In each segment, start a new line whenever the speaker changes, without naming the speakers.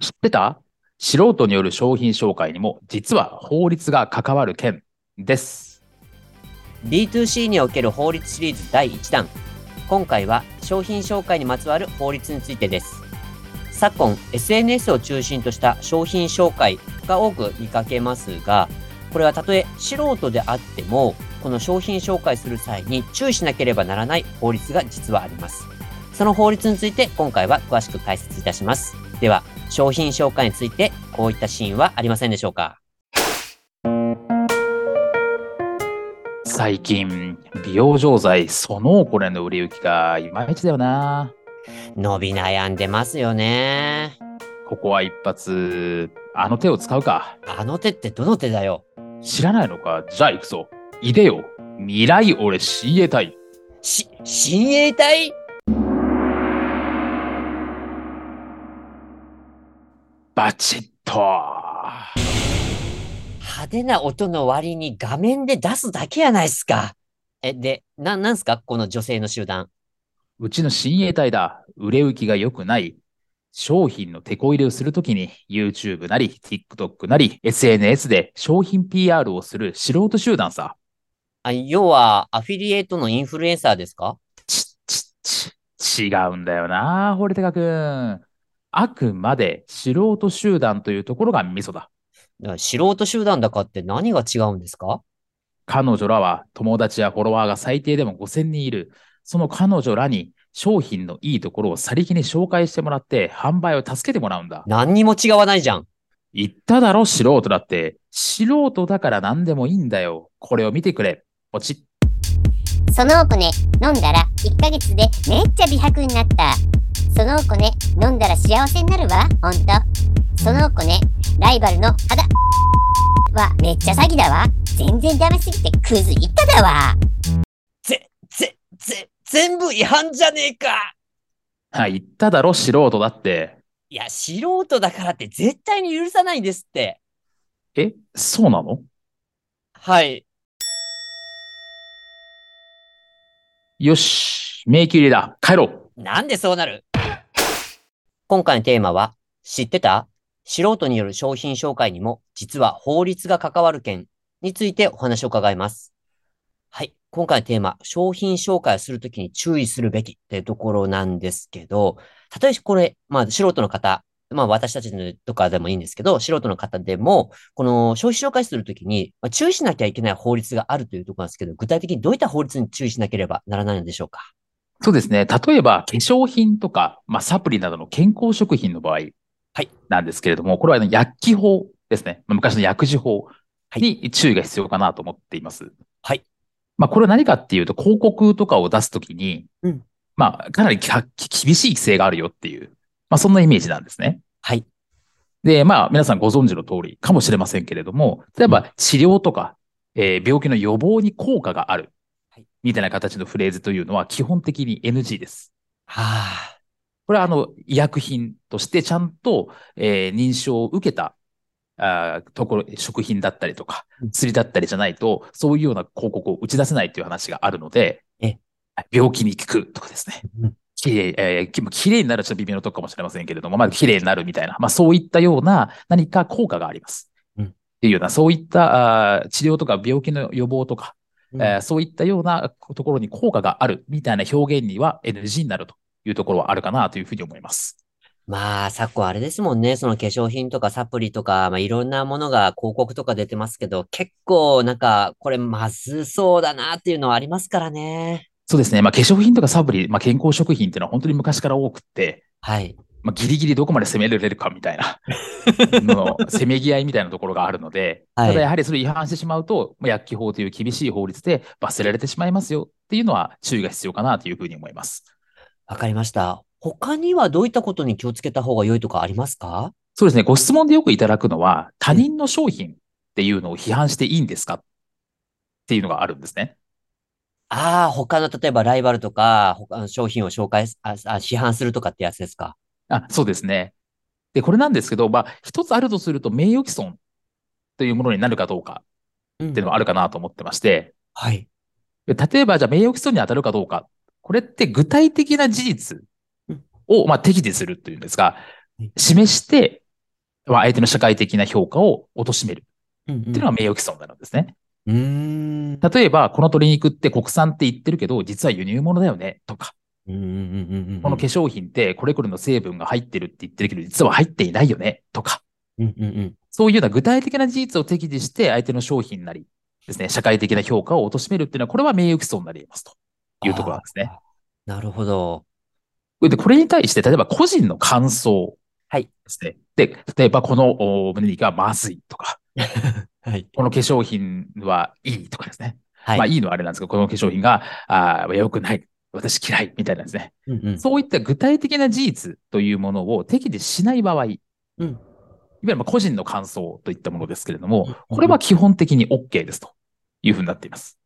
知ってた素人による商品紹介にも実は法律が関わる件です
D2C における法律シリーズ第1弾今回は商品紹介にまつわる法律についてです昨今 SNS を中心とした商品紹介が多く見かけますがこれはたとえ素人であってもこの商品紹介する際に注意しなければならない法律が実はありますその法律について今回は詳しく解説いたしますでは商品紹介についてこういったシーンはありませんでしょうか
最近美容錠剤そのこれの売れ行きがいまいちだよな
伸び悩んでますよね
ここは一発あの手を使うか
あの手ってどの手だよ
知らないのかじゃあ行くぞいでよ未来俺 CA 隊
し、親衛隊
バチッと
派手な音の割に画面で出すだけやないっすか。え、で、な、なんすかこの女性の集団。
うちの親衛隊だ売れ行きが良くない商品の手こ入れをするときに YouTube なり TikTok なり SNS で商品 PR をする素人集団さ
あ、要は、アフィリエイトのインフルエンサーですか
ちちち違うんだよな堀高くんあくまで素人集団というところがミソだ
な素人集団だかって何が違うんですか
彼女らは友達やフォロワーが最低でも5000人いる。その彼女らに商品のいいところをさりげに紹介してもらって販売を助けてもらうんだ。
何にも違わないじゃん。
言っただろ、素人だって。素人だから何でもいいんだよ。これを見てくれ。ポチッ。
そのおこね飲んだら1ヶ月でめっちゃ美白になったそのおこね飲んだら幸せになるわほんとそのおこねライバルの肌はめっちゃ詐欺だわ全然ダメすぎてクズいっただわ
ぜ、ぜ、全部違反じゃねえか
あ言っただろ、素人だって。
いや、素人だからって絶対に許さないんですって。
え、そうなの
はい。
よし、迷宮入りだ。帰ろう。
なんでそうなる今回のテーマは、知ってた素人による商品紹介にも、実は法律が関わる件についてお話を伺います。はい。今回のテーマ、商品紹介をするときに注意するべきっていうところなんですけど、例えばこれ、まあ素人の方、まあ私たちのとかでもいいんですけど、素人の方でも、この消費紹介するときに、まあ、注意しなきゃいけない法律があるというところなんですけど、具体的にどういった法律に注意しなければならないのでしょうか
そうですね。例えば、化粧品とか、まあ、サプリなどの健康食品の場合
はい
なんですけれども、これは、ね、薬機法ですね。まあ昔の薬事法
はい
に注意が必要かなと思っています。
はい。
まあ、これは何かっていうと、広告とかを出すときに、
うん
まあ、かなりき厳しい規制があるよっていう、まあ、そんなイメージなんですね。
はい。
で、まあ、皆さんご存知の通りかもしれませんけれども、例えば治療とか、えー病気の予防に効果がある
はい、
みたいな形のフレーズというのは基本的に NG です。
はあ。
これは、あの、医薬品としてちゃんと、えー認証を受けた、あーところ、食品だったりとか
うん、
薬だったりじゃないと、そういうような広告を打ち出せないという話があるので
え、
病気に効くとかですね
うん。
きれい、えーききれいになるはちょっと微妙なとこかもしれませんけれども、まあ、きれいになるみたいな、まあ、そういったような何か効果があります。
うん
っていうような、そういったあー治療とか病気の予防とか、
うん
えーそういったようなところに効果があるみたいな表現には NG になるというところはあるかなというふうに思います。
まあ、昨今あれですもんね。その化粧品とかサプリとか、まあ、いろんなものが広告とか出てますけど、結構なんか、これまずそうだなっていうのはありますからね。
そうですね。まあ、化粧品とかサプリ、まあ、健康食品っていうのは本当に昔から多くって、
はい。
まあ、ギリギリどこまで攻められるかみたいな の攻めぎ合いみたいなところがあるので、
はい
ただやはりそれ違反してしまうと、まあ、薬機法という厳しい法律で罰せられてしまいますよっていうのは注意が必要かなというふうに思います。
わかりました。他にはどういったことに気をつけた方が良いとかありますか
そうですね。ご質問でよくいただくのは、他人の商品っていうのを批判していいんですかっていうのがあるんですね。
ああ、他の、例えばライバルとか、他の商品を紹介す、あ、あ批判するとかってやつですか。
あ、そうですね。で、これなんですけど、まあ、一つあるとすると名誉毀損というものになるかどうか
うん
っていうのがあるかなと思ってまして、
はい。
例えばじゃあ名誉毀損に当たるかどうか、これって具体的な事実を、まあ、適時するというんですが
はい、
示して、まあ、相手の社会的な評価を貶める
うんうん
っていうのが名誉毀損になるんですね。
うーん。
例えば、この鶏肉って国産って言ってるけど、実は輸入物だよね、とか、
うんうんうんうんうん
この化粧品ってこれこれの成分が入ってるって言ってるけど、実は入っていないよね、とか、
うんうんうん。
そういうような具体的な事実を適時して、相手の商品なり、ですね、社会的な評価を貶めるっていうのは、これは名誉毀損になりますというところなんですね。
なるほど。
で、これに対して、例えば個人の感想
はい
ですね。で、例えばこのお胸肉はまずいとか、
はい。
この化粧品はいいとかですね。
はい。
まあいいのはあれなんですけど、この化粧品があー良くない、私嫌いみたいなんですね。
うんうん。
そういった具体的な事実というものを適時しない場合、いわ
うん
ゆるまあ個人の感想といったものですけれど
うん
も、これは基本的に OK ですというふうになっています。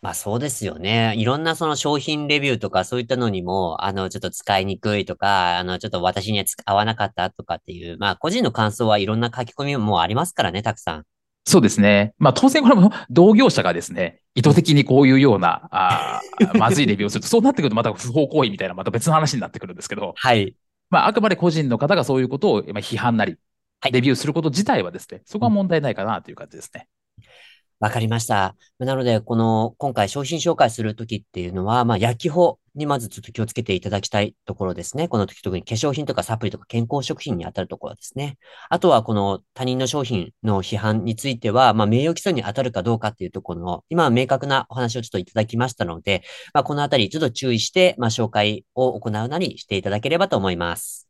まあそうですよね。いろんなその商品レビューとかそういったのにも、あの、ちょっと使いにくいとか、あの、ちょっと私にはつ合わなかったとかっていう、まあ個人の感想はいろんな書き込みもありますからね、たくさん。
そうですね。まあ当然これも同業者がですね、意図的にこういうような、あーまずいレビューをすると、そうなってくるとまた不法行為みたいな、また別の話になってくるんですけど、
はい。
まああくまで個人の方がそういうことをまあ批判なり
は、い
レビューすること自体はですね、そこは問題ないかなという感じですね。
わかりました。なので、この、今回商品紹介するときっていうのは、まあ薬機法にまずちょっと気をつけていただきたいところですね。この時特に化粧品とかサプリとか健康食品に当たるところですね。あとは、この他人の商品の批判については、まあ名誉毀損に当たるかどうかっていうところの、今は明確なお話をちょっといただきましたので、まあこのあたりちょっと注意して、まあ紹介を行うなりしていただければと思います。